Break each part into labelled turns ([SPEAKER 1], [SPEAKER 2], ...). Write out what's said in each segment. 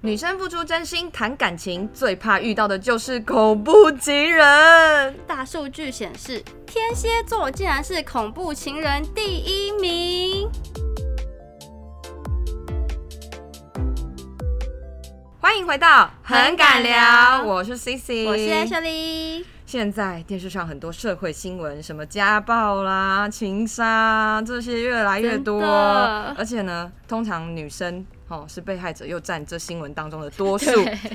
[SPEAKER 1] 女生付出真心谈感情，最怕遇到的就是恐怖情人。
[SPEAKER 2] 大数据显示，天蝎座竟然是恐怖情人第一名。
[SPEAKER 1] 欢迎回到
[SPEAKER 2] 很敢聊
[SPEAKER 1] 我是 C C，
[SPEAKER 2] 我是 Ashley，
[SPEAKER 1] 现在电视上很多社会新闻，什么家暴啦、情杀这些越来越多
[SPEAKER 2] 真的，
[SPEAKER 1] 而且呢，通常女生。哦，是被害者又占这新闻当中的多 数，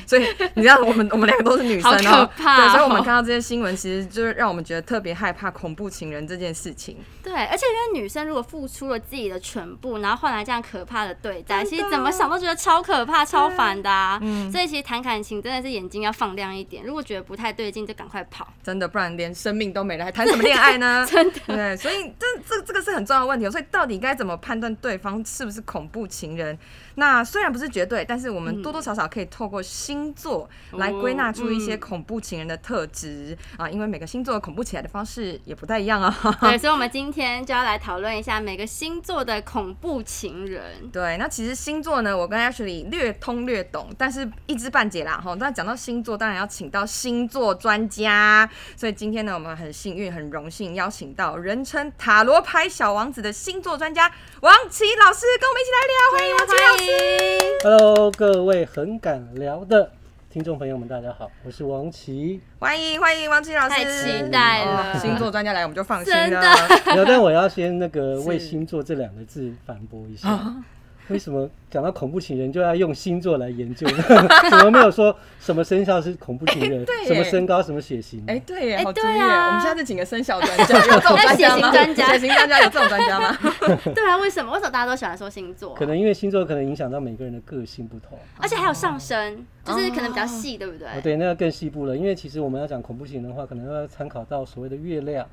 [SPEAKER 1] 所以你知道我们我们两个都是女生
[SPEAKER 2] 好
[SPEAKER 1] 哦，
[SPEAKER 2] 可怕哦
[SPEAKER 1] 对，所以我们看到这些新闻，其实就是让我们觉得特别害怕恐怖情人这件事情。
[SPEAKER 2] 对，而且因为女生如果付出了自己的全部，然后换来这样可怕的对待，其实怎么想都觉得超可怕、超烦的、啊。
[SPEAKER 1] 嗯
[SPEAKER 2] 所以其实谈感情真的是眼睛要放亮一点，如果觉得不太对劲，就赶快 跑。
[SPEAKER 1] 真的，不然连生命都没了，还谈什么恋爱呢？
[SPEAKER 2] 真的
[SPEAKER 1] 对，所以这这这个是很重要的问题哦。所以到底该怎么判断对方是不是恐怖情人？那虽然不是绝对，但是我们多多少少可以透过星座来归纳出一些
[SPEAKER 2] 哦嗯
[SPEAKER 1] 恐怖情人的特质、啊，因为每个星座恐怖起来的方式也不太一样啊、
[SPEAKER 2] 对，所以我们今天就要来讨论一下每个星座的恐怖情人。
[SPEAKER 1] 对，那其实星座呢，我跟 Ashley 略通略懂，但是一知半解啦哈。那讲到星座，当然要请到星座专家，所以今天呢，我们很幸运、很荣幸邀请到人称塔罗牌小王子的星座专家王琦老师，跟我们一起来聊。欢迎王琦老师。
[SPEAKER 2] 迎。
[SPEAKER 3] Hello，各位很敢聊的听众朋友们，大家好，我是王琦。
[SPEAKER 1] 欢迎欢迎王琦老师，
[SPEAKER 2] 太期待了
[SPEAKER 1] 哦星座专家来我们就放心
[SPEAKER 2] 真
[SPEAKER 1] 了。
[SPEAKER 3] 然后，但我要先那 个
[SPEAKER 1] 是啊
[SPEAKER 3] 为星座这两个字反驳一下。为什么讲到恐怖情人就要用星座来研究呢？ 怎么没有说什么生肖是恐怖情 人，
[SPEAKER 1] 对耶
[SPEAKER 3] 什么身高、什么血型？
[SPEAKER 1] 哎、对耶，
[SPEAKER 2] 哎
[SPEAKER 1] 好专
[SPEAKER 2] 对
[SPEAKER 1] 业、
[SPEAKER 2] 啊
[SPEAKER 1] 我们下次请个生肖专 家，有这种专家吗？
[SPEAKER 2] 那血型专家
[SPEAKER 1] 血型专家有这种专家吗？
[SPEAKER 2] 对啊，为什么？为什么大家都喜欢说星座啊、
[SPEAKER 3] 可能因为星座可能影响到每个人的个性不同。
[SPEAKER 2] 而且还有上升，就是可能比较细，对不对？
[SPEAKER 1] 哎
[SPEAKER 3] 哦，对，那要更西部了，因为其实我们要讲恐怖情人的话，可能要参考到所谓的月亮，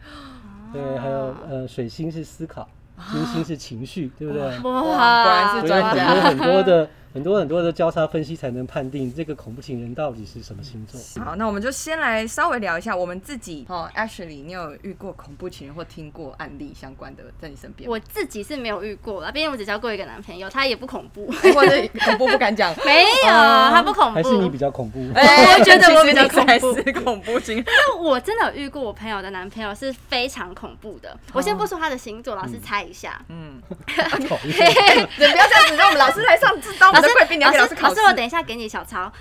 [SPEAKER 3] 对，还有呃水星是思考，金星是情绪，对不对？
[SPEAKER 2] 哇，
[SPEAKER 1] 果然是
[SPEAKER 3] 所以
[SPEAKER 1] 专
[SPEAKER 3] 很
[SPEAKER 1] 家
[SPEAKER 3] 多很 多的很多很多的交叉分析才能判定这个恐怖情人到底是什么星座。
[SPEAKER 1] 好，那我们就先来稍微聊一下我们自己哦，Ashley，你有遇过恐怖情人或听过案例相关的在你身边吗？
[SPEAKER 2] 我自己是没有遇过啦，毕竟我只交过一个男朋友，他也不恐 怖，
[SPEAKER 1] 哎或者恐怖不敢 讲。
[SPEAKER 2] 没有，
[SPEAKER 1] 哦
[SPEAKER 2] 他不恐怖。
[SPEAKER 3] 还是你比较恐怖，
[SPEAKER 1] 哎，
[SPEAKER 2] 我觉得我比较
[SPEAKER 1] 其实
[SPEAKER 2] 恐
[SPEAKER 1] 你才
[SPEAKER 2] 怖
[SPEAKER 1] 是恐怖情人。
[SPEAKER 2] 但我真的有遇过我朋友的男朋友是非常恐怖的。我先不说他的星座，老师猜一下。
[SPEAKER 1] 嗯，
[SPEAKER 3] 讨厌。
[SPEAKER 1] 你不要这样子，让我们老师来上，当我
[SPEAKER 2] 老
[SPEAKER 1] 们
[SPEAKER 2] 师
[SPEAKER 1] 的贵宾，你要
[SPEAKER 2] 老
[SPEAKER 1] 给
[SPEAKER 2] 师，
[SPEAKER 1] 老师考试。
[SPEAKER 2] 我等一下给你小 抄。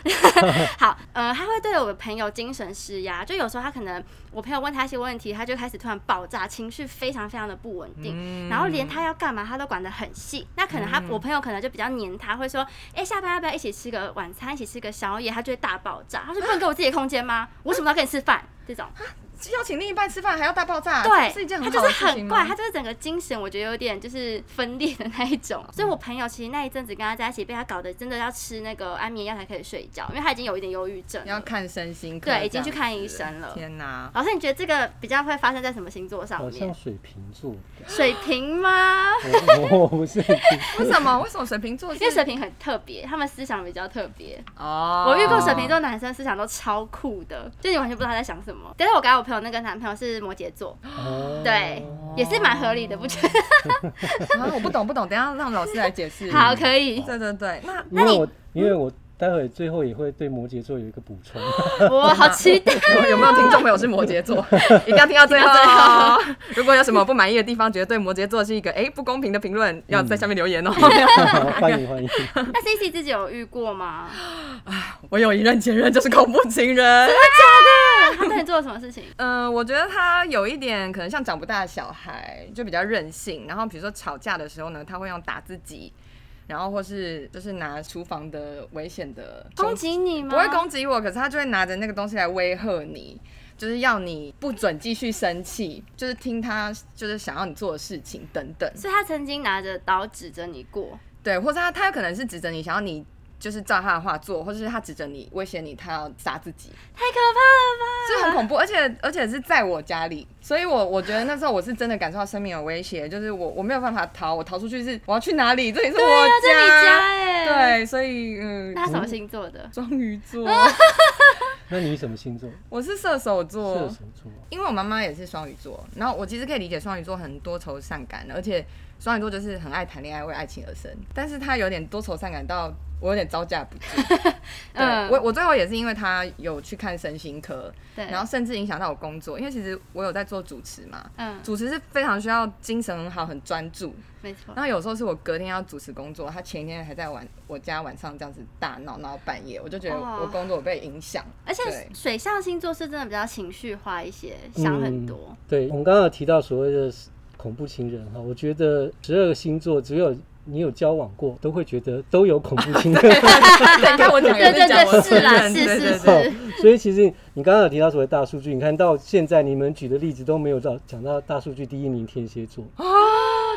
[SPEAKER 2] 好，呃，他会对我的朋友精神施压，就有时候他可能我朋友问他一些问题，他就开始突然爆炸，情绪非常非常的不稳定，
[SPEAKER 1] 嗯
[SPEAKER 2] 然后连他要干嘛他都管得很细。那可能他、我朋友可能就比较黏他，会说，哎、下班要不要一起吃个晚餐，一起吃个宵夜？他就会大爆炸，他说不能给我自己的空间吗？我为什么要跟你吃饭？这种。
[SPEAKER 1] 邀请另一半吃饭还要大爆炸，
[SPEAKER 2] 对，
[SPEAKER 1] 这是一件
[SPEAKER 2] 他
[SPEAKER 1] 很
[SPEAKER 2] 就
[SPEAKER 1] 好的
[SPEAKER 2] 是
[SPEAKER 1] 事情
[SPEAKER 2] 很
[SPEAKER 1] 吗
[SPEAKER 2] 怪，他就是整个精神，我觉得有点就是分裂的那一种。
[SPEAKER 1] 嗯
[SPEAKER 2] 所以我朋友其实那一阵子跟他在一起，被他搞得真的要吃那个安眠药才可以睡觉，因为他已经有一点忧郁症
[SPEAKER 1] 你要
[SPEAKER 2] 了。
[SPEAKER 1] 看身心科，
[SPEAKER 2] 对，已经去看医。生了。
[SPEAKER 1] 天哪！
[SPEAKER 2] 老师，你觉得这个比较会发生在什么星座上
[SPEAKER 1] 哎
[SPEAKER 3] 好像
[SPEAKER 2] 面？
[SPEAKER 3] 水瓶座，
[SPEAKER 2] 水瓶吗？
[SPEAKER 3] 我我 不是很清楚
[SPEAKER 1] 为什么？为什么水瓶座是？
[SPEAKER 2] 因为水瓶很特别，他们思想比较特别。
[SPEAKER 1] 哦，
[SPEAKER 2] 我遇过水瓶座男生思想都超酷的，就你完全不知道他在想什么。但是我刚才我朋友那个男朋友是摩羯座，
[SPEAKER 3] 哦
[SPEAKER 2] 对，也是蛮合理的，不觉得？
[SPEAKER 1] 啊，我不懂不懂，等一下让老师来解释。
[SPEAKER 2] 好，可以。
[SPEAKER 1] 对对对，那
[SPEAKER 3] 因为我因为我待会最后也会对摩羯座有一个补 充。
[SPEAKER 2] 我好期待。
[SPEAKER 1] 有有没有听众朋友是摩羯 座？一定要听到最后哦。如果有什么不满意的地方，觉得对摩羯座是一个 哎、不公平的评论，要在下面留言哦。
[SPEAKER 3] 好欢迎欢迎，
[SPEAKER 2] 那 C C 自己有遇过吗？
[SPEAKER 1] 我有一任前任就是恐怖情 人。
[SPEAKER 2] 他对你做了什么事情？
[SPEAKER 1] 嗯、我觉得他有一点可能像长不大的小孩，就比较任性。然后比如说吵架的时候呢，他会用打自己，然后或是就是拿厨房的危险的
[SPEAKER 2] 攻击你吗？
[SPEAKER 1] 不会攻击我，可是他就会拿着那个东西来威吓你，就是要你不准继续生气，就是听他就是想要你做的事情等等。
[SPEAKER 2] 所以他曾经拿着刀指着你过。
[SPEAKER 1] 对，或者他他有可能是指着你，想要你就是照他的话做，或者是他指着你威胁你，他要杀自 己，
[SPEAKER 2] 太可怕
[SPEAKER 1] 这很恐怖，而且而且是在我家里，所以我我觉得那时候我是真的感受到生命有威胁，就是我我没有办法逃，我逃出去是我要去哪啊里？这里是我家，
[SPEAKER 2] 了吧！这是啊你家哎、。
[SPEAKER 1] 对，所以嗯，
[SPEAKER 2] 那他什么星座的？
[SPEAKER 1] 双鱼 座，
[SPEAKER 3] 那你什么星座？
[SPEAKER 1] 我是射手座，
[SPEAKER 3] 射手座。
[SPEAKER 1] 因为我妈妈也是双鱼座，然后我其实可以理解双鱼座很多愁善感，而且双鱼座就是很爱谈恋爱，为爱情而生，但是他有点多愁善感到我有点招架不住。 对
[SPEAKER 2] 嗯
[SPEAKER 1] 我我最后也是因为他有去看身心科，
[SPEAKER 2] 对，
[SPEAKER 1] 然后甚至影响到我工作，因为其实我有在做主持嘛，
[SPEAKER 2] 嗯，
[SPEAKER 1] 主持是非常需要精神很好、很专注。
[SPEAKER 2] 没错
[SPEAKER 1] 然，后有时候是我隔天要主持工作，他前一天还在晚我家晚上这样子大闹闹到半夜，我就觉得
[SPEAKER 2] 哇
[SPEAKER 1] 我工作被影响。
[SPEAKER 2] 哦而且
[SPEAKER 1] 对
[SPEAKER 2] 水象星座是真的比较情绪化一些，想很多，
[SPEAKER 3] 对，我们刚刚有提到所谓的恐怖情人哈，我觉得十二个星座只有你有交往过，都会觉得都有恐怖情人。
[SPEAKER 1] 对，你看我讲也
[SPEAKER 2] 对对
[SPEAKER 1] 讲我
[SPEAKER 2] 对，
[SPEAKER 1] 承
[SPEAKER 2] 是啦，
[SPEAKER 1] 认，
[SPEAKER 2] 是
[SPEAKER 1] 对
[SPEAKER 2] 是
[SPEAKER 1] 对对
[SPEAKER 3] 好
[SPEAKER 2] 是，
[SPEAKER 3] 所以其实你刚刚有提到所谓大数据，你看到现在你们举的例子都没有到讲到大数据第一名天蝎座，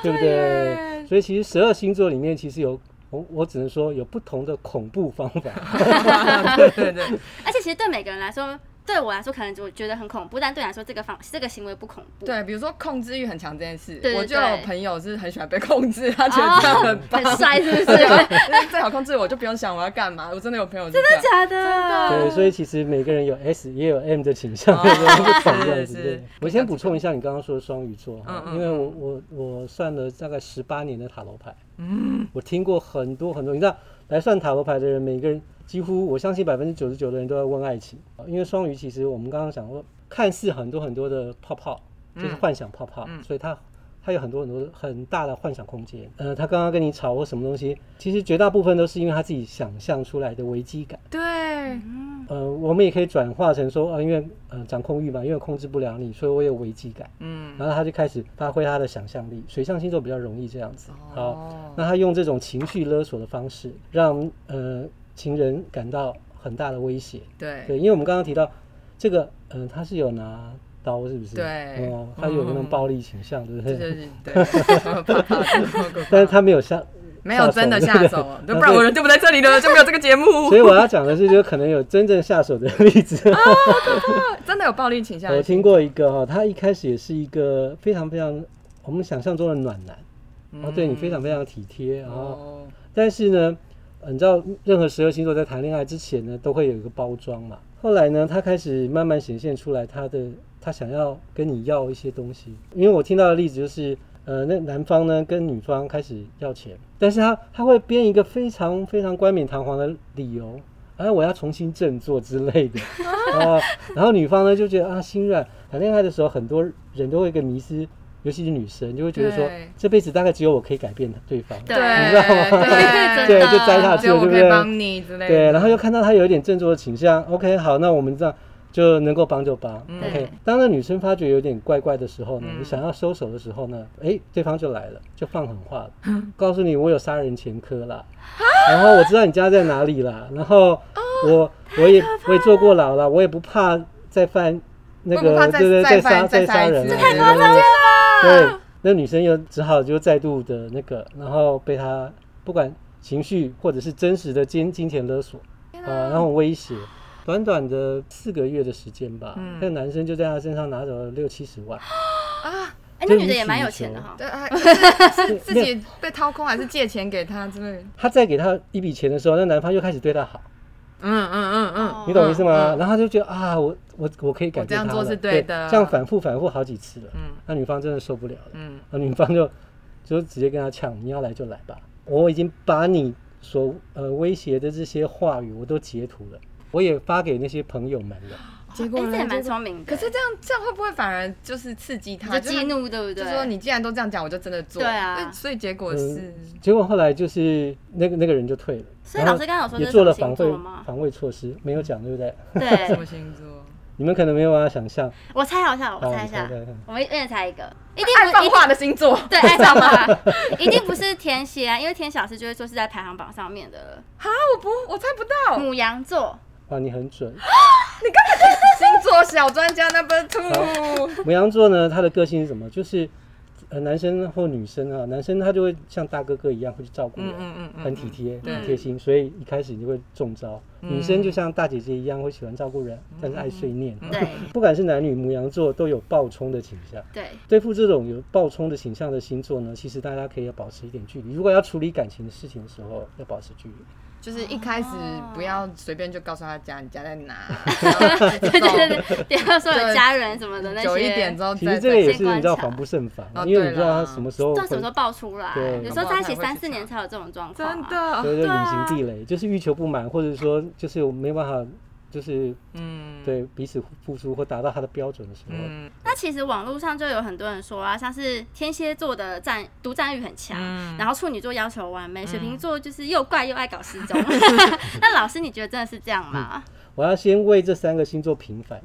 [SPEAKER 3] 对不
[SPEAKER 1] 啊对
[SPEAKER 3] 对？
[SPEAKER 1] 耶
[SPEAKER 3] 所以其实十二星座里面其实有。我我只能说有不同的恐怖方法，
[SPEAKER 1] 对对对，
[SPEAKER 2] 而且其实对每个人来说，对我来说可能我觉得很恐怖，但对你来说这个方这个行为不恐怖，
[SPEAKER 1] 对，比如说控制欲很强这件事，
[SPEAKER 2] 对对
[SPEAKER 1] 我就有
[SPEAKER 2] 对
[SPEAKER 1] 朋友是很喜欢被控制，他觉得这样很棒，
[SPEAKER 2] 很帅是 不是？真
[SPEAKER 1] 对最好控制我就不用想我要干嘛。我真的有朋友是这样
[SPEAKER 2] 的，假的？
[SPEAKER 3] 对，所以其实每个人有 S 也有 M 的倾向，
[SPEAKER 1] 啊哦
[SPEAKER 3] 对不同这样
[SPEAKER 1] 是
[SPEAKER 3] 子。
[SPEAKER 1] 是
[SPEAKER 3] 对，我先补充一下你刚刚说的双鱼座哈，
[SPEAKER 1] 嗯嗯
[SPEAKER 3] 因为我我我算了大概十八年的塔罗牌，嗯，我听过很多很多，你知道来算塔罗牌的人，每个人几乎我相信百分之九十九的人都在问爱情，因为双鱼其实我们刚刚讲过，看似很多很多的泡泡，就是幻想泡泡，所以它。它有很多很多很大的幻想空间，呃，他刚刚跟你吵或什么东西，其实绝大部分都是因为他自己想象出来的危机感。
[SPEAKER 1] 对，
[SPEAKER 2] 嗯
[SPEAKER 3] 呃，我们也可以转化成说，呃，因为呃掌控欲嘛，因为我控制不了你，所以我有危机感。
[SPEAKER 1] 嗯，
[SPEAKER 3] 然后他就开始发挥他的想象力，水象星座比较容易这样子。好，
[SPEAKER 1] 哦，
[SPEAKER 3] 那他用这种情绪勒索的方式，让呃情人感到很大的威胁。
[SPEAKER 1] 对
[SPEAKER 3] 对，因为我们刚刚提到这个，嗯、他是有拿刀，是不是？
[SPEAKER 1] 对嗯
[SPEAKER 3] 哦，他有那种暴力倾向，对不
[SPEAKER 1] 对
[SPEAKER 3] 对？
[SPEAKER 1] 对对对，怕怕怕
[SPEAKER 3] 但是他没有 下，
[SPEAKER 1] 没有真的下手哦，就
[SPEAKER 3] 对
[SPEAKER 1] 不然我人就不在这里了，就没有这个节目
[SPEAKER 3] 所。以我要讲的是，就可能有真正下手的 例子。
[SPEAKER 1] 真的有暴力倾向
[SPEAKER 3] 我，听过一个哈、哦他一开始也是一个非常非常我们想象中的暖男，然后对你非常非常体贴，然后
[SPEAKER 1] 哦，
[SPEAKER 3] 但是呢，呃你知道任何十二星座在谈恋爱之前呢，都会有一个包装嘛。后来呢，他开始慢慢显现出来他的他想要跟你要一些东西，因为我听到的例子就是。呃，那男方呢跟女方开始要钱，但是他他会编一个非常非常冠冕堂皇的理由，哎、我要重新振作之类的，啊，然后女方呢就觉得啊心软，谈恋爱的时候很多人都会有一个迷失，尤其是女生就会觉得说
[SPEAKER 1] 对
[SPEAKER 3] 这辈子大概只有我可以改变对方，
[SPEAKER 2] 对
[SPEAKER 1] 对
[SPEAKER 3] 你知道吗
[SPEAKER 1] 对
[SPEAKER 2] 真
[SPEAKER 3] 对，
[SPEAKER 2] 的
[SPEAKER 3] 就栽下
[SPEAKER 1] 只
[SPEAKER 3] 去
[SPEAKER 1] 有
[SPEAKER 3] 了，
[SPEAKER 1] 我
[SPEAKER 3] 对不
[SPEAKER 1] 可以
[SPEAKER 3] 对？
[SPEAKER 1] 帮你之类的。嗯
[SPEAKER 3] 对，然后又看到他有一点振作的倾向，OK，好，那我们这样就能够帮就帮、o
[SPEAKER 2] 对
[SPEAKER 3] k 当那女生发觉有点怪怪的时候呢，
[SPEAKER 1] 嗯
[SPEAKER 3] 你想要收手的时候呢，哎，对方就来了，就放狠 话了，告诉你我有杀人前科啦，
[SPEAKER 1] 啊
[SPEAKER 3] 然后我知道你家在哪里啦，然
[SPEAKER 1] 哦
[SPEAKER 3] 后我我也我也坐过牢啦，我也不怕再犯那
[SPEAKER 1] 我也不怕
[SPEAKER 3] 个
[SPEAKER 1] 再
[SPEAKER 3] 对对
[SPEAKER 1] 再
[SPEAKER 3] 杀
[SPEAKER 1] 犯再
[SPEAKER 3] 杀
[SPEAKER 1] 杀一
[SPEAKER 3] 人
[SPEAKER 1] 次
[SPEAKER 3] 啦，
[SPEAKER 1] 这太
[SPEAKER 3] 对
[SPEAKER 1] 夸
[SPEAKER 3] 对
[SPEAKER 1] 张
[SPEAKER 3] 对对，那女生又只好就再度的那个，然后被他不管情绪或者是真实的金金钱勒索啊、然后威胁。短短的四个月的时间吧，
[SPEAKER 1] 嗯
[SPEAKER 3] 那男生就在她身上拿走了六七十万，
[SPEAKER 2] 哎，那女的也蛮有钱的哈，
[SPEAKER 1] 对，还是 是自
[SPEAKER 3] 没有
[SPEAKER 1] 己被掏空，还是借钱给他之类的？
[SPEAKER 3] 他再给他一笔钱的时候，那男方又开始对她好，
[SPEAKER 1] 嗯嗯嗯嗯，
[SPEAKER 3] 你懂我意思吗？
[SPEAKER 1] 嗯
[SPEAKER 3] 然后他就觉得啊，我我我可以改变
[SPEAKER 1] 我这样
[SPEAKER 3] 他
[SPEAKER 1] 做
[SPEAKER 3] 了
[SPEAKER 1] 是对
[SPEAKER 3] 对
[SPEAKER 1] 的
[SPEAKER 3] 这样反复反复好几次了，
[SPEAKER 1] 嗯
[SPEAKER 3] 那女方真的受不了了，
[SPEAKER 1] 嗯，
[SPEAKER 3] 那女方就就直接跟他呛，你要来就来吧，我已经把你所呃威胁的这些话语我都截图了，我也发给那些朋友们了。
[SPEAKER 1] 结
[SPEAKER 2] 哎，
[SPEAKER 1] 果
[SPEAKER 2] 这也
[SPEAKER 1] 呢
[SPEAKER 2] 蛮聪明的，
[SPEAKER 1] 可是这样这样会不会反而就是刺激他？
[SPEAKER 2] 就
[SPEAKER 1] 就是
[SPEAKER 2] 激怒对不
[SPEAKER 1] 就
[SPEAKER 2] 对？
[SPEAKER 1] 说你既然都这样讲，我就真的做。
[SPEAKER 2] 对啊
[SPEAKER 1] 那所以结果是，
[SPEAKER 3] 嗯结果后来就是那个那个人就退了，
[SPEAKER 2] 所以
[SPEAKER 3] 然后
[SPEAKER 2] 老师刚刚有说
[SPEAKER 3] 也
[SPEAKER 2] 这是
[SPEAKER 3] 做了
[SPEAKER 2] 什么
[SPEAKER 3] 防
[SPEAKER 2] 星
[SPEAKER 3] 卫
[SPEAKER 2] 座吗
[SPEAKER 3] 防卫措施，没有讲对不对？
[SPEAKER 1] 什
[SPEAKER 2] 对
[SPEAKER 1] 么，星座？
[SPEAKER 3] 你们可能没有办法想象，
[SPEAKER 2] 我猜好一下，
[SPEAKER 3] 好
[SPEAKER 2] 我猜一下
[SPEAKER 3] 你猜猜看，
[SPEAKER 2] 我们一人猜一个，一定
[SPEAKER 1] 爱
[SPEAKER 2] 不
[SPEAKER 1] 放
[SPEAKER 2] 一
[SPEAKER 1] 话的星座
[SPEAKER 2] 对爱上吧， 一定不是天蝎啊，因为天蝎老师就会说是在排行榜上面的
[SPEAKER 1] 哈，我不，我猜不到。
[SPEAKER 2] 母羊座，
[SPEAKER 3] 哇，你很准。
[SPEAKER 1] 星座小专家 Number Two，
[SPEAKER 3] 母羊座呢，他的个性是什么？就是呃，男生或女生啊，男生他就会像大哥哥一样会去照顾人，
[SPEAKER 1] 嗯嗯嗯嗯
[SPEAKER 3] 很体贴、
[SPEAKER 1] 对嗯
[SPEAKER 3] 很贴心，所以一开始你就会中招。女生就像大姐姐一样会喜欢照顾人，但是爱碎念。
[SPEAKER 2] 对
[SPEAKER 3] 不管是男女，母羊座都有暴冲的倾向。
[SPEAKER 2] 对，
[SPEAKER 3] 对付这种有暴冲的倾向的星座呢，其实大家可以要保持一点距离。如果要处理感情的事情的时候，要保持距离。
[SPEAKER 1] 就是一开始
[SPEAKER 2] 哦
[SPEAKER 1] 不要随便就告诉他家你家在哪，
[SPEAKER 2] 对对对 对，不要说有家人什么的那些，
[SPEAKER 1] 久一点之后
[SPEAKER 3] 其
[SPEAKER 1] 再
[SPEAKER 3] 实这个也
[SPEAKER 1] 哦再
[SPEAKER 2] 先
[SPEAKER 1] 讲
[SPEAKER 3] 是
[SPEAKER 2] 观
[SPEAKER 3] 你知道
[SPEAKER 2] 察
[SPEAKER 3] 防不胜防
[SPEAKER 1] 哦，
[SPEAKER 3] 因为
[SPEAKER 1] 对
[SPEAKER 3] 你不知道
[SPEAKER 1] 啦
[SPEAKER 3] 他什么时候
[SPEAKER 2] 不知道什么时候
[SPEAKER 3] 会，
[SPEAKER 2] 爆出来，
[SPEAKER 3] 对
[SPEAKER 2] 有时候在一起三四年才有这种状况、
[SPEAKER 1] 真
[SPEAKER 2] 啊，
[SPEAKER 1] 的，
[SPEAKER 3] 所以就
[SPEAKER 2] 对
[SPEAKER 3] 隐
[SPEAKER 2] 啊
[SPEAKER 3] 形地雷，就是欲求不满，或者说就是我没办法，就是
[SPEAKER 1] 嗯，，
[SPEAKER 3] 对彼此付出或达到他的标准的时候，
[SPEAKER 1] 嗯
[SPEAKER 2] 那其实网络上就有很多人说啊，像是天蝎座的占独占欲很强，
[SPEAKER 1] 嗯
[SPEAKER 2] 然后处女座要求完美，水瓶
[SPEAKER 1] 嗯
[SPEAKER 2] 座就是又怪又爱搞失 踪。 那老师，你觉得真的是这样吗？
[SPEAKER 3] 我要先为这三个星座平反。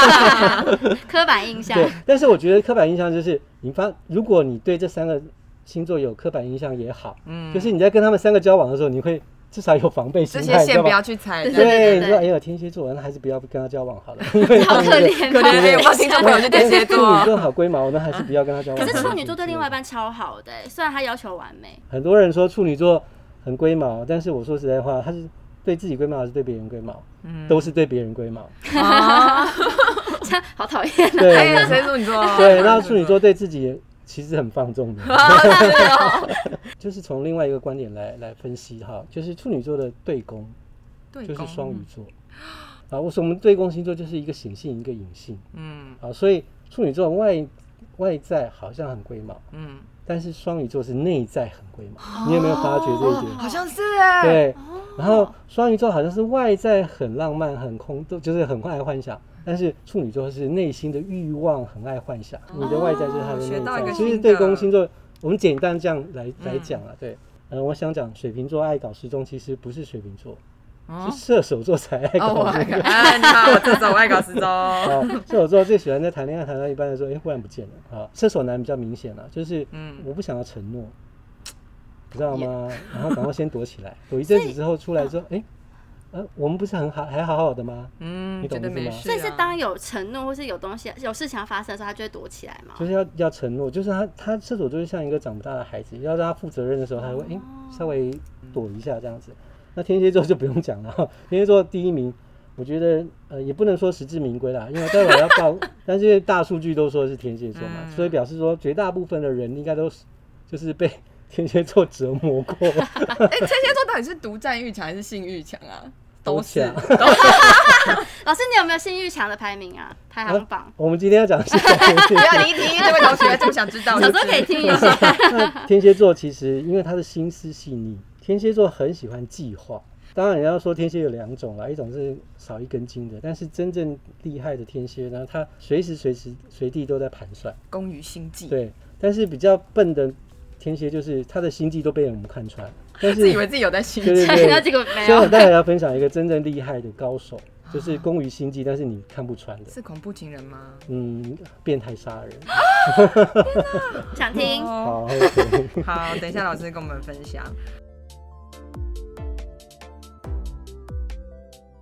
[SPEAKER 1] 嗯
[SPEAKER 2] 刻板印象
[SPEAKER 3] 对，但是我觉得刻板印象就是，你发如果你对这三个星座有刻板印象也好，
[SPEAKER 1] 嗯
[SPEAKER 3] 就是你在跟他们三个交往的时候，你会至少有防备心
[SPEAKER 1] 这
[SPEAKER 3] 态，
[SPEAKER 1] 些
[SPEAKER 3] 你知
[SPEAKER 1] 线
[SPEAKER 3] 道
[SPEAKER 1] 不
[SPEAKER 3] 吗
[SPEAKER 1] 要？去猜，
[SPEAKER 2] 对
[SPEAKER 1] 这样
[SPEAKER 2] 对对
[SPEAKER 3] 你知道，哎呦，天蝎座，那还是不要跟他交往 好了，因为
[SPEAKER 2] 好可 怜、哦，
[SPEAKER 1] 可怜，哎有没有听众朋友是天蝎
[SPEAKER 3] 处女
[SPEAKER 1] 座？
[SPEAKER 3] 座好龟毛，那还是不要跟他交 往。嗯
[SPEAKER 2] 可是处女座对另外一，半超好的、欸虽然他要求完 美，
[SPEAKER 3] 很多人说处女座很龟毛，但是我说实在话，他是对自己龟毛还是对别人龟毛，
[SPEAKER 1] 嗯
[SPEAKER 3] 都是对别人 龟毛。
[SPEAKER 1] 啊，
[SPEAKER 2] 这样好讨厌啊！
[SPEAKER 1] 哎呀，
[SPEAKER 3] 对
[SPEAKER 1] 谁哦处女座？
[SPEAKER 3] 对，那处女座对自己也其实很放 纵的。
[SPEAKER 1] 啊，对 哦
[SPEAKER 3] 就是从另外一个观点来来分析哈，就是处女座的对宫
[SPEAKER 1] 对，
[SPEAKER 3] 就是双鱼，座啊，我说我们对宫星座就是一个显性一个隐性
[SPEAKER 1] 嗯
[SPEAKER 3] 啊，所以处女座外外在好像很龟毛，
[SPEAKER 1] 嗯，
[SPEAKER 3] 但是双鱼座是内在很龟毛，你有没有发觉这一点？
[SPEAKER 1] 好像是哎，，
[SPEAKER 3] 对，
[SPEAKER 2] 哦
[SPEAKER 3] 然后双鱼座好像是外在很浪漫、很空洞，就是很爱幻想，但是处女座是内心的欲望很爱幻想，你的外在就是他的
[SPEAKER 1] 哦学
[SPEAKER 3] 内
[SPEAKER 1] 到一个
[SPEAKER 3] 在。
[SPEAKER 1] 新
[SPEAKER 3] 其实
[SPEAKER 1] 的
[SPEAKER 3] 对宫星座，我们简单这样来来
[SPEAKER 1] 嗯
[SPEAKER 3] 讲啊，对。呃，我想讲水瓶座爱搞失踪，其实不是水瓶座，
[SPEAKER 1] 哦
[SPEAKER 3] 是射手座才爱
[SPEAKER 1] 哦，我
[SPEAKER 3] 搞
[SPEAKER 1] 爱
[SPEAKER 3] 失踪。
[SPEAKER 1] 搞，哎，你好，我这种我爱搞失踪，
[SPEAKER 3] 啊，射手座最喜欢在谈恋爱谈到一半的时候，哎、忽然不见了啊。射手男比较明显了，就是
[SPEAKER 1] 嗯
[SPEAKER 3] 我不想要承诺，你知道吗？然后赶快先躲起来，躲一阵子之后出来之后，哎、呃，我们不是很好，还好好的吗？
[SPEAKER 1] 嗯，
[SPEAKER 3] 你
[SPEAKER 1] 觉
[SPEAKER 3] 懂
[SPEAKER 1] 得
[SPEAKER 3] 意思
[SPEAKER 1] 没
[SPEAKER 3] 吗
[SPEAKER 1] 事啊，
[SPEAKER 2] 所以是当有承诺或是有东西有事情要发生的时候，他就会躲起来嘛。
[SPEAKER 3] 就是要要承诺，就是他他射手座就像一个长不大的孩子，要让他负责任的时候，他会哎、诶稍微躲一下这样子。那天蝎座就不用讲了， 天蝎座第一名，我觉得呃也不能说实至名归啦，因为待会儿要报， 但是大数据都说是天蝎座嘛，
[SPEAKER 1] 嗯
[SPEAKER 3] 所以表示说绝大部分的人应该都是就是被天蝎座折磨过，
[SPEAKER 1] 哎，天蝎座到底是独占欲强还是性欲强啊？都是
[SPEAKER 3] 强。
[SPEAKER 2] 老师，你有没有性欲强的排名啊？排行榜？
[SPEAKER 3] 我们今天要讲的是
[SPEAKER 1] 不要离题，这位同学这么想知道，
[SPEAKER 2] 小时候可以听一 下。
[SPEAKER 3] 那天蝎座其实因为他的心思细腻，天蝎座很喜欢计划。当然，你要说天蝎有两种啦，一种是少一根筋的，但是真正厉害的天蝎呢，他随时随时随地都在盘算。
[SPEAKER 1] 工于心计，
[SPEAKER 3] 对，但是比较笨的天蝎就是他的心计都被我们 看穿，但是
[SPEAKER 1] 自以为自己有在心
[SPEAKER 3] 对
[SPEAKER 1] 计，
[SPEAKER 3] 对
[SPEAKER 2] 对，那
[SPEAKER 3] 对，
[SPEAKER 2] 结果没
[SPEAKER 1] 哦
[SPEAKER 3] 所以我
[SPEAKER 2] 有。
[SPEAKER 3] 待会要分享一个真正厉害的高手，就是工于心计，但是你看不穿的，
[SPEAKER 1] 是恐怖情人吗？
[SPEAKER 3] 嗯，变态杀人。
[SPEAKER 2] 想听？
[SPEAKER 1] 哦
[SPEAKER 3] 好，OK。
[SPEAKER 1] 好，等一下老师跟我们分享。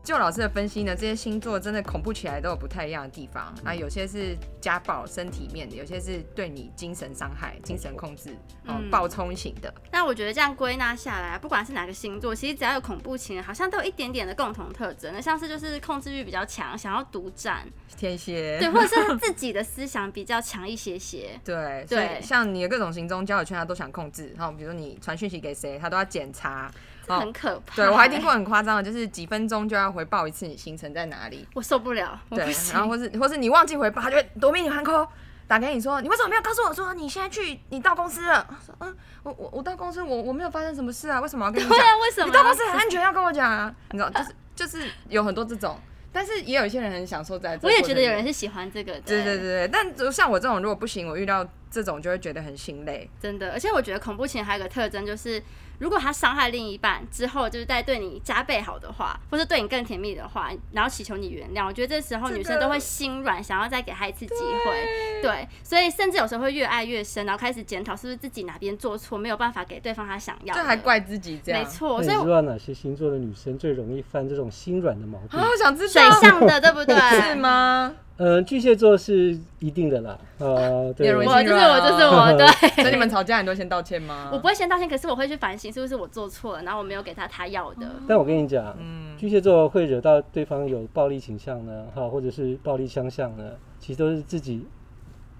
[SPEAKER 1] 就老师的分析呢，这些星座真的恐怖起来都有不太一样的地方啊，有些是家暴、身体面的，有些是对你精神伤害、精神控制、嗯、
[SPEAKER 2] 嗯
[SPEAKER 1] 暴冲型的。
[SPEAKER 2] 那我觉得这样归纳下来，不管是哪个星座，其实只要有恐怖情人，好像都有一点点的共同特征。那像是就是控制欲比较强，想要独占，
[SPEAKER 1] 天蝎，
[SPEAKER 2] 对，或者是自己的思想比较强一些 些。
[SPEAKER 1] 对，所
[SPEAKER 2] 对
[SPEAKER 1] 以像你的各种行踪交友圈，他都想控制。然后比如说你传讯息给谁，他都要检查。哦
[SPEAKER 2] 这很可怕、哎
[SPEAKER 1] 对我还听过，很夸张的，就是几分钟就要回报一次你行程在哪里。
[SPEAKER 2] 我受不了，我
[SPEAKER 1] 对
[SPEAKER 2] 不，行
[SPEAKER 1] 然后或是或是你忘记回报，他就会夺命环扣。打给你说，你为什么没有告诉我说你现在去，你到公司了？我说嗯，我我我到公司，我我没有发生什么事啊，为什么要跟你讲
[SPEAKER 2] 对？啊，为什么？
[SPEAKER 1] 你到公司很安全，要跟我讲啊。你知道，就是就是有很多这种，但是也有一些人很享受在这。
[SPEAKER 2] 我也觉得有人。是喜欢这个的。
[SPEAKER 1] 对对对对，但就像我这种，如果不行，我遇到这种就会觉得很心累。
[SPEAKER 2] 真的，而且我觉得恐怖情人还有个特征，就是如果他伤害另一半之后，就是在对你加倍好的话，或是对你更甜蜜的话，然后祈求你原谅，我觉得这时候
[SPEAKER 1] 这个
[SPEAKER 2] 女生都会心软，想要再给他一次机会。对，所以甚至有时候会越爱越深，然后开始检讨是不是自己哪边做错，没有办法给对方他想要的。
[SPEAKER 1] 这还怪自己这样。
[SPEAKER 2] 没错，所
[SPEAKER 3] 那
[SPEAKER 2] 以
[SPEAKER 3] 你知
[SPEAKER 2] 我
[SPEAKER 3] 道哪些星座的女生最容易犯这种心软的毛病
[SPEAKER 1] 啊，？我想知
[SPEAKER 2] 水
[SPEAKER 1] 道
[SPEAKER 2] 象的对不对？
[SPEAKER 1] 是吗？
[SPEAKER 3] 呃，巨蟹座是一定的啦，呃，对，
[SPEAKER 1] 容易
[SPEAKER 2] 我就是我就是我，对。
[SPEAKER 1] 所以你们吵架你都先道歉吗？
[SPEAKER 2] 我不会先道歉，可是我会去反省是不是我做错了，然后我没有给他他要的。
[SPEAKER 1] 哦
[SPEAKER 3] 但我跟你讲，
[SPEAKER 1] 嗯
[SPEAKER 3] 巨蟹座会惹到对方有暴力倾向呢，哈， 或者是暴力相向呢，其实都是自己，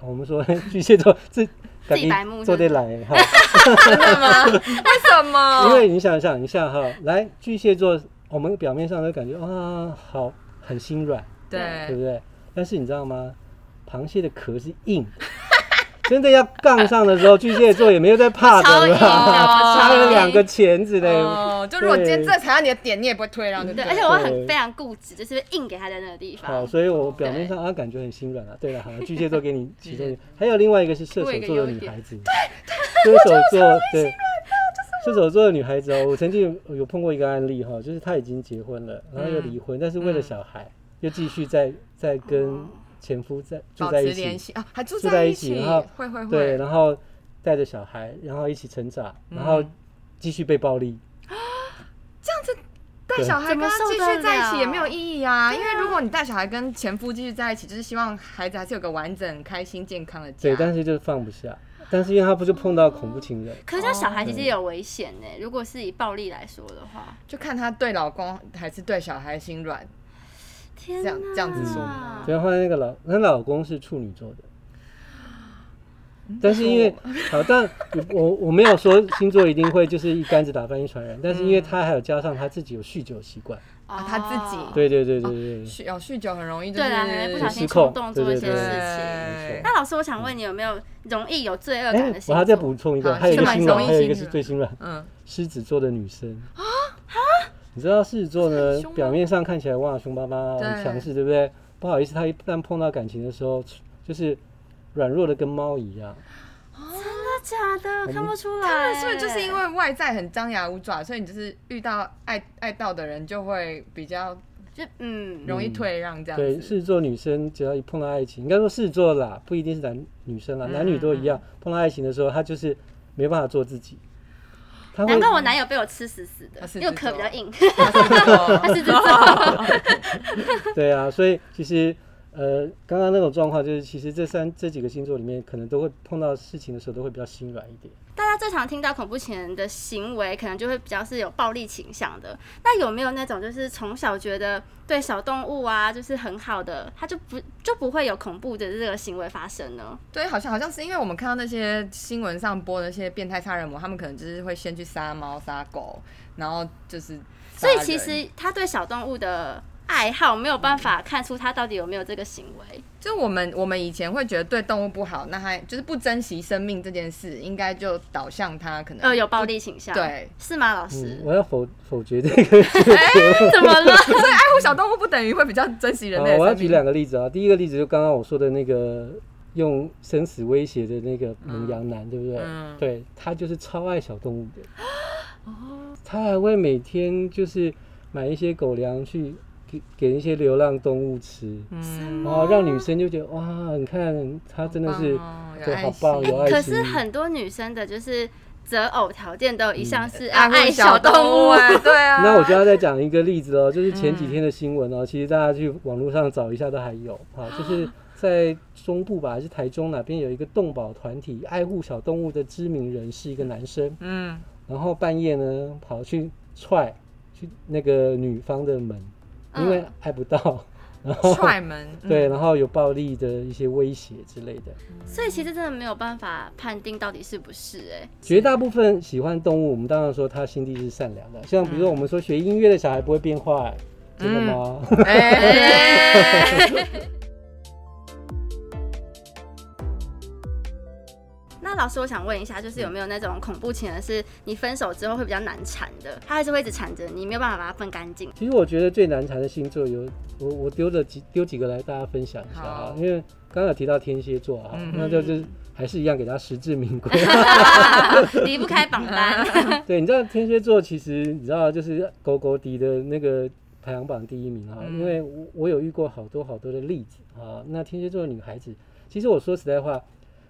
[SPEAKER 3] 我们说巨蟹座自
[SPEAKER 2] 自己白目是
[SPEAKER 3] 做
[SPEAKER 2] 不
[SPEAKER 3] 对
[SPEAKER 2] 是
[SPEAKER 3] 来哈。
[SPEAKER 1] 真的吗？为什么？
[SPEAKER 3] 因为你想想一下哈，来巨蟹座，我们表面上都感觉啊好很心软，对
[SPEAKER 1] 对
[SPEAKER 3] 不对？但是你知道吗？螃蟹的壳是硬的， 真的要杠上的时候，巨蟹座也没有在怕
[SPEAKER 2] 超
[SPEAKER 3] 的
[SPEAKER 2] 硬的，
[SPEAKER 3] 啦，
[SPEAKER 1] 哦
[SPEAKER 2] 超
[SPEAKER 3] 插了
[SPEAKER 2] 硬
[SPEAKER 3] 两个钳子嘞。
[SPEAKER 1] 哦，就如果今天
[SPEAKER 3] 对
[SPEAKER 1] 这踩到你的点，你也不会退让，对不
[SPEAKER 2] 对，
[SPEAKER 1] 对？
[SPEAKER 2] 而且我
[SPEAKER 3] 对
[SPEAKER 2] 很非常固执，就是硬给他在那个地
[SPEAKER 3] 好，
[SPEAKER 2] 方。
[SPEAKER 3] 所以我表面上啊感觉很心软啊。对了，好，巨蟹座 给你其中一个，还有另外一个是射手座的女孩子，射手座对，射手座的女孩子哦，我曾经有有碰过一个案例哈，就是她已经结婚了，然后
[SPEAKER 1] 嗯
[SPEAKER 3] 又离婚，但是为了小孩又继续在在跟前夫在住
[SPEAKER 1] 哦保
[SPEAKER 3] 在
[SPEAKER 1] 持
[SPEAKER 3] 一
[SPEAKER 1] 联
[SPEAKER 3] 起，
[SPEAKER 1] 系
[SPEAKER 2] 哦
[SPEAKER 1] 啊，还住
[SPEAKER 3] 住
[SPEAKER 1] 在
[SPEAKER 3] 在
[SPEAKER 1] 一
[SPEAKER 3] 一
[SPEAKER 1] 起
[SPEAKER 3] 起然后，
[SPEAKER 1] 会会
[SPEAKER 3] 对，
[SPEAKER 1] 会，
[SPEAKER 3] 然后带着小孩，然后一起成长，然
[SPEAKER 1] 嗯
[SPEAKER 3] 后继续被暴力，
[SPEAKER 1] 这样子带小孩跟
[SPEAKER 2] 怎么
[SPEAKER 1] 他
[SPEAKER 2] 受
[SPEAKER 1] 继
[SPEAKER 2] 得
[SPEAKER 1] 续在一
[SPEAKER 2] 了
[SPEAKER 1] 起也没有意义啊，因为如果你带小孩跟前夫继续在一起，就是希望孩子还是有个完整、开心、健康的家。
[SPEAKER 3] 对，但是就是放不下，但是因为她不就碰到恐怖情人，
[SPEAKER 2] 可是这样小孩其实也有危险呢、
[SPEAKER 1] 哦
[SPEAKER 2] 如果是以暴力来说的话，
[SPEAKER 1] 就看他对老公还是对小孩心软。
[SPEAKER 2] 天
[SPEAKER 1] 这样
[SPEAKER 2] 哪
[SPEAKER 1] 这样子说
[SPEAKER 2] 嗯
[SPEAKER 3] 啊然后来那个老，她老公是处女座的，但是因为好，但我我没有说星座一定会就是一竿子打翻一船人，但是因为她还有加上她自己有酗酒习惯，
[SPEAKER 1] 啊他自己
[SPEAKER 2] 哦
[SPEAKER 3] 对对对对对对，
[SPEAKER 1] 酗有酗酒很容易就是
[SPEAKER 2] 对啦，很容易不小
[SPEAKER 3] 失
[SPEAKER 2] 心
[SPEAKER 3] 控
[SPEAKER 2] 冲动做一些
[SPEAKER 3] 对对
[SPEAKER 2] 事
[SPEAKER 3] 对
[SPEAKER 2] 情。
[SPEAKER 1] 对
[SPEAKER 3] 没错
[SPEAKER 2] 那老师，我想问你有没有容易有罪恶感
[SPEAKER 3] 哎
[SPEAKER 2] 的，星座？
[SPEAKER 3] 我还再补充一个，
[SPEAKER 1] 好
[SPEAKER 3] 还有一个
[SPEAKER 1] 是蛮
[SPEAKER 3] 心软，
[SPEAKER 1] 容易
[SPEAKER 3] 还有一
[SPEAKER 1] 心
[SPEAKER 3] 个是
[SPEAKER 1] 软
[SPEAKER 3] 最心软，
[SPEAKER 1] 嗯，
[SPEAKER 3] 狮子座的女生啊你知道狮子座呢
[SPEAKER 1] 很凶，吗
[SPEAKER 3] 表面上看起来哇凶巴巴
[SPEAKER 1] 对
[SPEAKER 3] 很强势，对不对？不好意思，她一旦碰到感情的时候，就是软弱的跟猫一样。
[SPEAKER 2] 真的假的？看不出来、
[SPEAKER 1] 他们是不是就是因为外在很张牙舞爪，所以你就是遇到爱爱到的人就会比较
[SPEAKER 2] 就嗯，
[SPEAKER 1] 容易退让这样
[SPEAKER 3] 对，
[SPEAKER 1] 子？
[SPEAKER 3] 狮子座女生只要一碰到爱情，应该说狮子座啦，不一定是男女生
[SPEAKER 2] 嗯
[SPEAKER 3] 啦，男女都一样。碰到爱情的时候，她就是没办法做自己，她会
[SPEAKER 2] 难怪我男友被我吃死死的
[SPEAKER 1] 他，是
[SPEAKER 2] 因为我壳比较 硬。
[SPEAKER 1] 对，
[SPEAKER 2] 是这种，
[SPEAKER 3] 对啊，所以其实呃，刚刚那种状况就是，其实这三这几个星座里面，可能都会碰到事情的时候都会比较心软一点。
[SPEAKER 2] 大家最常听到恐怖情人的行为，可能就会比较是有暴力倾向的。那有没有那种就是从小觉得对小动物啊就是很好的，他就不就不会有恐怖的这个行为发生呢？
[SPEAKER 1] 对，好像好像是因为我们看到那些新闻上播的那些变态杀人魔，他们可能就是会先去杀猫、杀狗，然后就是杀
[SPEAKER 2] 所以
[SPEAKER 1] 人，
[SPEAKER 2] 其实他对小动物的爱好没有办法看出他到底有没有这个行为。
[SPEAKER 1] 就是我们我们以前会觉得对动物不好，那还就是不珍惜生命这件事，应该就导向它可能
[SPEAKER 2] 呃，有暴力倾向，
[SPEAKER 1] 嗯对，
[SPEAKER 2] 是吗，老师
[SPEAKER 3] 嗯，？我要否否决这个
[SPEAKER 2] 怎么了？
[SPEAKER 1] 所以爱护小动物不等于会比较珍惜人
[SPEAKER 3] 好，
[SPEAKER 1] 类的生命。
[SPEAKER 3] 哦我要举两个例子啊。第一个例子就刚刚我说的那个用生死威胁的那个蒙羊男，对不对？
[SPEAKER 1] 嗯哦
[SPEAKER 3] 对他就是超爱小动物 的。他还会每天就是买一些狗粮去给给那些流浪动物吃，
[SPEAKER 1] 嗯，
[SPEAKER 3] 然后让女生就觉得哇，你看他真的是、
[SPEAKER 1] 好棒哦有
[SPEAKER 3] 对，
[SPEAKER 1] 爱
[SPEAKER 3] 好棒，
[SPEAKER 1] 心
[SPEAKER 3] 有爱心。
[SPEAKER 2] 可是很多女生的就是择偶条件都有一项是
[SPEAKER 1] 嗯爱
[SPEAKER 2] 爱
[SPEAKER 1] 护小
[SPEAKER 2] 动
[SPEAKER 1] 动物，哎，对啊。嗯
[SPEAKER 3] 那我就要再讲一个例子哦，就是前几天的新闻哦，其实大家去网络上找一下都还有啊， 就是在中部吧，还是台中哪边有一个动保团体爱护小动物的知名人士，一个男生，
[SPEAKER 1] 嗯，
[SPEAKER 3] 然后半夜呢跑去踹去那个女方的门，啊
[SPEAKER 2] 嗯
[SPEAKER 3] 因为爱不到，然后
[SPEAKER 1] 嗯踹门，嗯
[SPEAKER 3] 对，然 后有暴力的一些威胁之类的。
[SPEAKER 2] 所以其实真的没有办法判定到底是不是哎、
[SPEAKER 3] 绝大部分喜欢动物，我们当然说他心地是善良的，像比
[SPEAKER 1] 嗯
[SPEAKER 3] 如说我们说学音乐的小孩不会变坏，真的吗？
[SPEAKER 1] 哎，
[SPEAKER 2] 那老师，我想问一下，就是
[SPEAKER 3] 嗯
[SPEAKER 2] 有没有那种恐怖情人是你分手之后会比较难缠的？他还是会一直缠着你，没有办法把它分干净。
[SPEAKER 3] 其实我觉得最难缠的星座有我我丢了几丢几个来大家分享一下啊
[SPEAKER 1] 好，
[SPEAKER 3] 因为刚刚有提到天蝎座啊，
[SPEAKER 1] 嗯
[SPEAKER 3] 那就是还是一样给他实至名归。啊
[SPEAKER 2] 离不开榜 单，
[SPEAKER 3] 对，你知道天蝎座其实你知道就是狗狗迪的那个排行榜第一名啊，
[SPEAKER 1] 嗯
[SPEAKER 3] 因为我我有遇过好多好多的例子啊。那天蝎座的女孩子，其实我说实在话，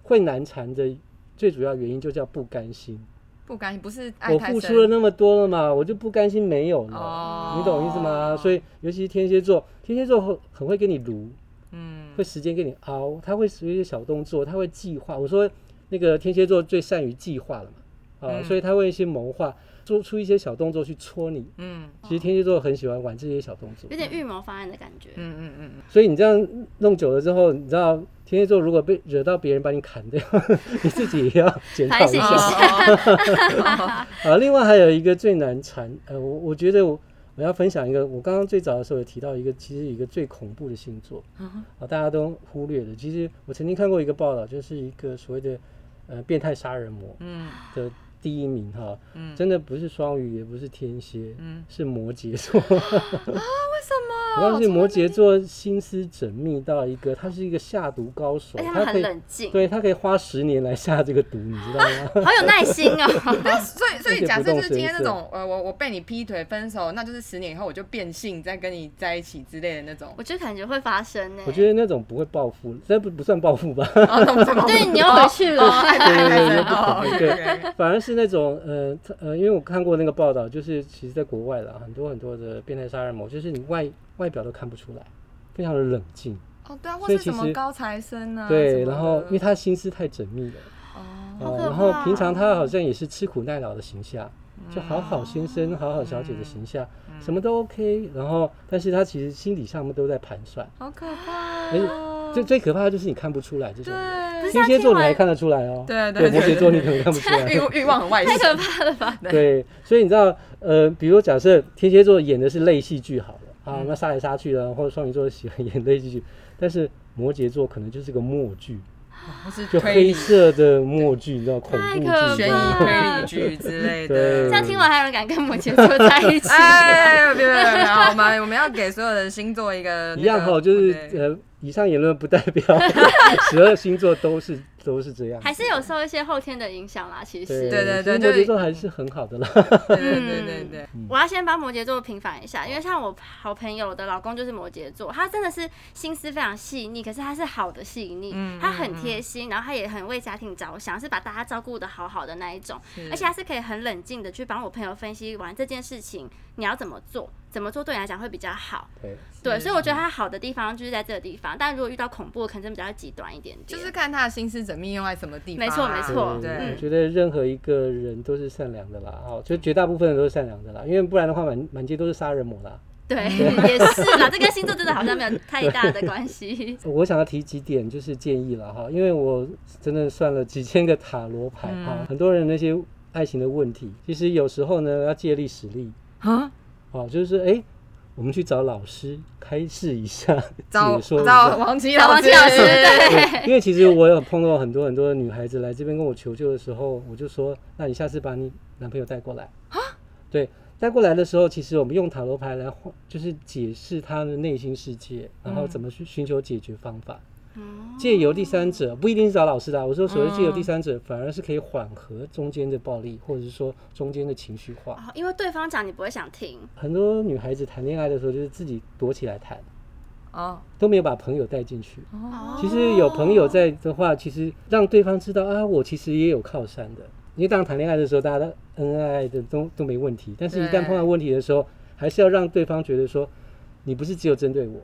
[SPEAKER 3] 会难缠的最主要原因就叫不甘心。
[SPEAKER 1] 不甘心不是爱
[SPEAKER 3] 我
[SPEAKER 1] 太
[SPEAKER 3] 付
[SPEAKER 1] 深
[SPEAKER 3] 出了那么多了嘛，我就不甘心没有了。
[SPEAKER 1] 哦
[SPEAKER 3] 你懂意思吗？所
[SPEAKER 1] 以
[SPEAKER 3] 以，尤其是天蝎座，天蝎座很很会跟你撸，
[SPEAKER 1] 嗯
[SPEAKER 3] 会时间跟你熬，他会随一些小动作，他会计划。我说那个天蝎座最善于计划了嘛，啊，
[SPEAKER 1] 嗯
[SPEAKER 3] 所以他会一些谋划。做出一些小动作去戳你。
[SPEAKER 1] 嗯
[SPEAKER 3] 其实天蝎座很喜欢玩这些小动作
[SPEAKER 2] 有，点预谋方案的感觉。
[SPEAKER 1] 嗯嗯嗯，
[SPEAKER 3] 所以你这样弄久了之后，你知道天蝎座如果被惹到别人把你砍掉， 你自己也要检讨
[SPEAKER 2] 反
[SPEAKER 3] 一
[SPEAKER 2] 省一
[SPEAKER 3] 下
[SPEAKER 2] 下。
[SPEAKER 1] 哦
[SPEAKER 3] 啊，另外还有一个最难缠，呃，我我觉得我我要分享一个，我刚刚最早的时候有提到一个，其实一个最恐怖的星座，啊，大家都忽略的。其实我曾经看过一个报道，就是一个所谓的呃变态杀人魔
[SPEAKER 1] 嗯
[SPEAKER 3] 的第一名哈，
[SPEAKER 1] 嗯
[SPEAKER 3] 真的不是双鱼，也不是天蝎，
[SPEAKER 1] 嗯，
[SPEAKER 3] 是摩羯座。 我
[SPEAKER 1] 为
[SPEAKER 3] 告诉你，摩羯座心思缜密到一个，他是一个下毒高手，
[SPEAKER 2] 而哎且他
[SPEAKER 3] 他
[SPEAKER 2] 们
[SPEAKER 3] 可
[SPEAKER 2] 很
[SPEAKER 3] 以
[SPEAKER 2] 冷静，
[SPEAKER 3] 对他可以花十年来下这个毒，你知道吗？
[SPEAKER 2] 好有耐心哦。
[SPEAKER 1] 那啊所以所
[SPEAKER 3] 而
[SPEAKER 1] 以
[SPEAKER 3] 且
[SPEAKER 1] 假
[SPEAKER 3] 不
[SPEAKER 1] 设
[SPEAKER 3] 动
[SPEAKER 1] 就是今天
[SPEAKER 3] 声
[SPEAKER 1] 那
[SPEAKER 3] 色
[SPEAKER 1] 种呃我我被你劈腿分手，那就是十年以后我就变性再跟你在一起之类的那 种。
[SPEAKER 2] 我就感觉会发生呢、欸
[SPEAKER 3] 我觉得那种不会报复，这不不算报复吧？
[SPEAKER 2] 对，你又回去
[SPEAKER 3] 哦
[SPEAKER 2] 了。哎
[SPEAKER 3] 对对对
[SPEAKER 1] 哦
[SPEAKER 3] 对对 反而是那种呃他呃，因为我看过那个报道，就是其实在国外啦，很多很多的变态杀人魔，就是你外外表都看不出来，非常的冷静，
[SPEAKER 1] 哦，对啊，或
[SPEAKER 3] 所以
[SPEAKER 1] 是什
[SPEAKER 3] 其
[SPEAKER 1] 么
[SPEAKER 3] 实
[SPEAKER 1] 高材生啊，
[SPEAKER 3] 对，
[SPEAKER 1] 什么
[SPEAKER 3] 然后
[SPEAKER 1] 的
[SPEAKER 3] 因为他心思太缜密了，
[SPEAKER 1] 哦，
[SPEAKER 2] 好
[SPEAKER 3] 呃
[SPEAKER 2] 可
[SPEAKER 3] 然后
[SPEAKER 2] 怕
[SPEAKER 3] 平常他好像也是吃苦耐劳的形象，
[SPEAKER 1] 嗯
[SPEAKER 3] 就好好先生、好好小姐的形象，什么都 OK，然后但是他其实心底上面都在盘算，
[SPEAKER 1] 好可怕
[SPEAKER 3] 而且
[SPEAKER 1] 哦，
[SPEAKER 3] 最最可怕的就是你看哎不出来这种
[SPEAKER 1] 对
[SPEAKER 3] 人，
[SPEAKER 2] 不是
[SPEAKER 3] 天
[SPEAKER 2] 啊
[SPEAKER 3] 蝎座
[SPEAKER 2] 听
[SPEAKER 3] 你还
[SPEAKER 2] 完
[SPEAKER 3] 看得出来哦，
[SPEAKER 1] 对对
[SPEAKER 3] 摩
[SPEAKER 1] 对
[SPEAKER 3] 羯座你可能看不出 来，
[SPEAKER 1] 欲欲望很外
[SPEAKER 2] 太
[SPEAKER 1] 显，
[SPEAKER 2] 可怕了吧？
[SPEAKER 3] 对，所以你知道，呃，比如假设天蝎座演的是类戏剧好了，啊，那杀来杀去的，或者双鱼座喜欢演类戏剧， 但是摩羯座可能就是个默剧，
[SPEAKER 1] 或是
[SPEAKER 3] 就
[SPEAKER 1] 推
[SPEAKER 3] 黑
[SPEAKER 1] 理、
[SPEAKER 3] 色的默剧，你知道恐
[SPEAKER 2] 太
[SPEAKER 3] 怖剧
[SPEAKER 2] 可
[SPEAKER 1] 悬
[SPEAKER 3] 这
[SPEAKER 1] 疑
[SPEAKER 3] 样子，
[SPEAKER 1] 推理剧之类
[SPEAKER 2] 这
[SPEAKER 1] 的。
[SPEAKER 3] 对
[SPEAKER 2] 样听完还有人敢跟摩羯座在一 起？
[SPEAKER 3] 啊
[SPEAKER 1] 哎，别别别，别我们我们要给所有的星座一个
[SPEAKER 3] 一样哈，就是呃，以上言论不代表十二星座都是都是这样。
[SPEAKER 2] 还是有受一些后天的影响啦。其
[SPEAKER 3] 对
[SPEAKER 2] 实，
[SPEAKER 1] 对对
[SPEAKER 3] 所以
[SPEAKER 1] 对
[SPEAKER 3] 摩
[SPEAKER 1] 就
[SPEAKER 3] 羯座还是很好的啦。
[SPEAKER 1] 对对
[SPEAKER 2] 嗯
[SPEAKER 1] 对对对，
[SPEAKER 2] 我要先帮摩羯座平反一下，因为像我好朋友的老公就是摩羯座，他真的是心思非常细腻，可是他是好的细腻，
[SPEAKER 1] 嗯
[SPEAKER 2] 他很贴心，然后他也很为家庭着想，是把大家照顾的好好的那一种，而且他是可以很冷静的去帮我朋友分析完这件事情你要怎么做，怎么做对你来讲会比较好。
[SPEAKER 3] 对，
[SPEAKER 2] 对，所以我
[SPEAKER 1] 嗯
[SPEAKER 2] 觉得他好的地方就是在这个地方，但如果遇到恐怖，可能真的比较极端一点 点。
[SPEAKER 1] 就是看他的心思缜密用在什么地方啊。
[SPEAKER 2] 没错没错
[SPEAKER 3] 对
[SPEAKER 1] 对
[SPEAKER 3] 我，觉得任何一个人都是善良的啦，哦，就绝大部分人都是善良的啦，因为不然的话满满街都是杀人魔啦。
[SPEAKER 2] 对，也是啦，这跟星座真的好像没有太大的关系。
[SPEAKER 3] 我想要提几点就是建议了哈，因为我真的算了几千个塔罗牌哈、
[SPEAKER 1] 嗯
[SPEAKER 3] 很多人那些爱情的问题，其实有时候呢要借力使力，
[SPEAKER 2] 嗯
[SPEAKER 1] 啊，
[SPEAKER 3] 哦，就是哎、诶我们去找老师开示一下，
[SPEAKER 1] 找
[SPEAKER 3] 解说一
[SPEAKER 1] 找
[SPEAKER 3] 下。
[SPEAKER 1] 王琦老
[SPEAKER 2] 找王琦老师，对。
[SPEAKER 3] 对因为其实我有碰到很多很多女孩子来这边跟我求救的时候，我就说，那你下次把你男朋友带过来
[SPEAKER 1] 啊
[SPEAKER 3] 对，带过来的时候，其实我们用塔罗牌来换，就是解释他的内心世界，然
[SPEAKER 1] 嗯
[SPEAKER 3] 后怎么去寻求解决方法。借由第三者不一定是找老师的啊，我说所谓借由第三者，反而是可以缓和中间的暴力，或者是说中间的情绪化。
[SPEAKER 2] 哦，因为对方讲你不会想听，
[SPEAKER 3] 很多女孩子谈恋爱的时候，就是自己躲起来谈，
[SPEAKER 1] 哦
[SPEAKER 3] 都没有把朋友带进去。
[SPEAKER 1] 哦
[SPEAKER 3] 其实有朋友在的话，其实让对方知道啊，我其实也有靠山的。因为当谈恋爱的时候，大家都恩恩爱爱的都都没问题，但是一
[SPEAKER 1] 对
[SPEAKER 3] 旦碰到问题的时候，还是要让对方觉得说，你不是只有针对我，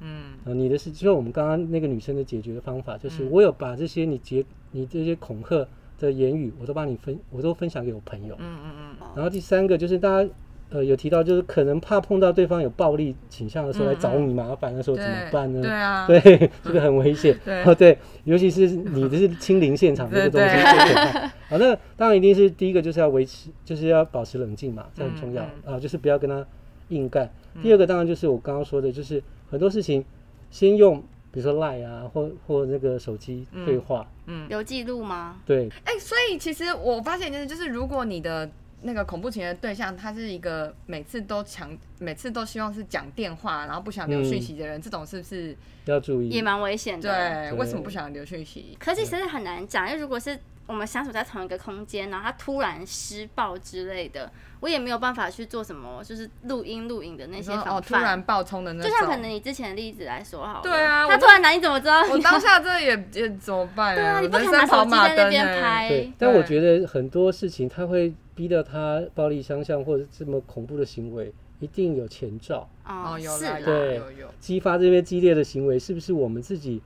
[SPEAKER 1] 嗯
[SPEAKER 3] 呃，你的是就像我们刚刚那个女生的解决方法，就是
[SPEAKER 1] 嗯
[SPEAKER 3] 我有把这些你结你这些恐吓的言语，我都帮你分，我都分享给我朋友
[SPEAKER 1] 嗯。嗯嗯，
[SPEAKER 3] 然后第三个就是大家呃有提到，就是可能怕碰到对方有暴力倾向的时候
[SPEAKER 1] 嗯
[SPEAKER 3] 来找你麻烦的时候
[SPEAKER 1] 对
[SPEAKER 3] 怎么办呢？
[SPEAKER 1] 对啊，
[SPEAKER 3] 对， 这个很危险。
[SPEAKER 1] 对
[SPEAKER 3] 哦，对，尤其是你这是亲临现场这个东西
[SPEAKER 1] 对
[SPEAKER 3] 最可怕。啊好，那当然一定是第一个就是要维持，就是要保持冷静嘛，这很重要、
[SPEAKER 1] 嗯
[SPEAKER 3] 啊，就是不要跟他硬干。第二个当然就是我刚刚说的，就是很多事情先用，比如说 Line 啊，或或那个手机
[SPEAKER 1] 嗯
[SPEAKER 3] 对话，
[SPEAKER 2] 留记录吗？
[SPEAKER 3] 对，
[SPEAKER 1] 哎、所以其实我发现一件事，就是如果你的那个恐怖情人对象，他是一个每次都强，每次都希望是讲电话，然后不想留讯息的
[SPEAKER 3] 嗯
[SPEAKER 1] 人，这种是不是？
[SPEAKER 3] 要注
[SPEAKER 2] 也
[SPEAKER 3] 意。
[SPEAKER 2] 蛮危险
[SPEAKER 1] 对，
[SPEAKER 2] 的。
[SPEAKER 1] 为什么不想留讯息？
[SPEAKER 2] 可是其实很难讲，因为如果是我们相处在同一个空间，然后他突然施暴之类的，我也没有办法去做什么，就是录音录影的那
[SPEAKER 1] 你
[SPEAKER 2] 些
[SPEAKER 1] 说哦，
[SPEAKER 2] 防
[SPEAKER 1] 突
[SPEAKER 2] 范。
[SPEAKER 1] 然爆冲的那
[SPEAKER 2] 就
[SPEAKER 1] 种，
[SPEAKER 2] 像可能你之前的例子来说好了，
[SPEAKER 1] 对啊
[SPEAKER 2] 他
[SPEAKER 1] 我
[SPEAKER 2] 突然拿你怎么知道？
[SPEAKER 1] 我当下真的也也怎么办、
[SPEAKER 2] 对啊，你不可
[SPEAKER 1] 人
[SPEAKER 2] 能拿
[SPEAKER 1] 生
[SPEAKER 2] 手
[SPEAKER 1] 跑
[SPEAKER 2] 机
[SPEAKER 1] 马
[SPEAKER 2] 在那
[SPEAKER 1] 灯、
[SPEAKER 2] 边
[SPEAKER 1] 欸。
[SPEAKER 2] 拍
[SPEAKER 3] 对，，但我
[SPEAKER 1] 对
[SPEAKER 3] 觉得很多事情他会逼到他暴力相向或者这么恐怖的行为，一定有前兆。
[SPEAKER 2] 哦
[SPEAKER 1] 哦，，有
[SPEAKER 2] 是
[SPEAKER 1] 啦
[SPEAKER 2] 啦，
[SPEAKER 1] 有
[SPEAKER 3] 对
[SPEAKER 1] 有有，
[SPEAKER 3] 激发这些激烈的行为，是不是我们自己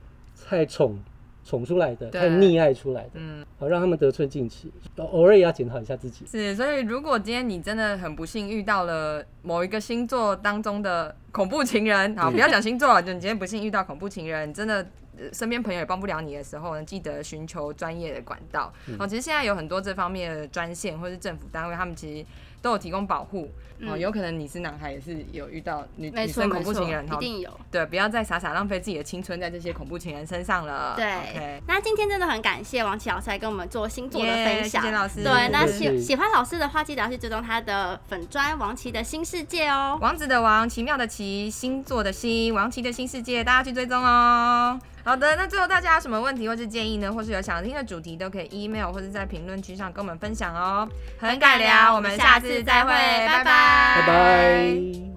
[SPEAKER 3] 太宠宠出来的，
[SPEAKER 1] 对
[SPEAKER 3] 和溺爱出来的，
[SPEAKER 1] 嗯，
[SPEAKER 3] 好让他们得寸进尺，偶尔也要检讨一下自己。
[SPEAKER 1] 是，所以如果今天你真的很不幸遇到了某一个星座当中的恐怖情人，好，
[SPEAKER 3] 嗯
[SPEAKER 1] 不要讲星座了，就你今天不幸遇到恐怖情人，你真的。呃身边朋友也帮不了你的时候呢，记得寻求专业的管道。
[SPEAKER 3] 嗯
[SPEAKER 1] 哦，其实现在有很多这方面的专线或是政府单位，他们其实都有提供保护。哦，
[SPEAKER 2] 嗯
[SPEAKER 1] 有可能你是男孩，也是有遇到女
[SPEAKER 2] 没
[SPEAKER 1] 女
[SPEAKER 2] 错
[SPEAKER 1] 生恐
[SPEAKER 2] 没
[SPEAKER 1] 怖
[SPEAKER 2] 错，
[SPEAKER 1] 情人，
[SPEAKER 2] 一
[SPEAKER 1] 哦
[SPEAKER 2] 定有。
[SPEAKER 1] 对，不要再傻傻浪费自己的青春在这些恐怖情人身上了。
[SPEAKER 2] 对
[SPEAKER 1] o k
[SPEAKER 2] 那今天真的很感谢王琦老师来跟我们做星座的分享。
[SPEAKER 1] 耶谢谢老师
[SPEAKER 2] 对，那
[SPEAKER 3] 谢谢
[SPEAKER 2] 喜喜欢老师的话，记得要去追踪他的粉砖王琦的新世界哦。
[SPEAKER 1] 王子的王，奇妙的奇，星座的星，王琦的新世界，大家去追踪哦。好的，那最后大家有什么问题或是建议呢？或是有想听的主题，都可以 email 或是在评论区上跟我们分享哦。很感聊，我们下次再会，拜拜，
[SPEAKER 3] 拜拜。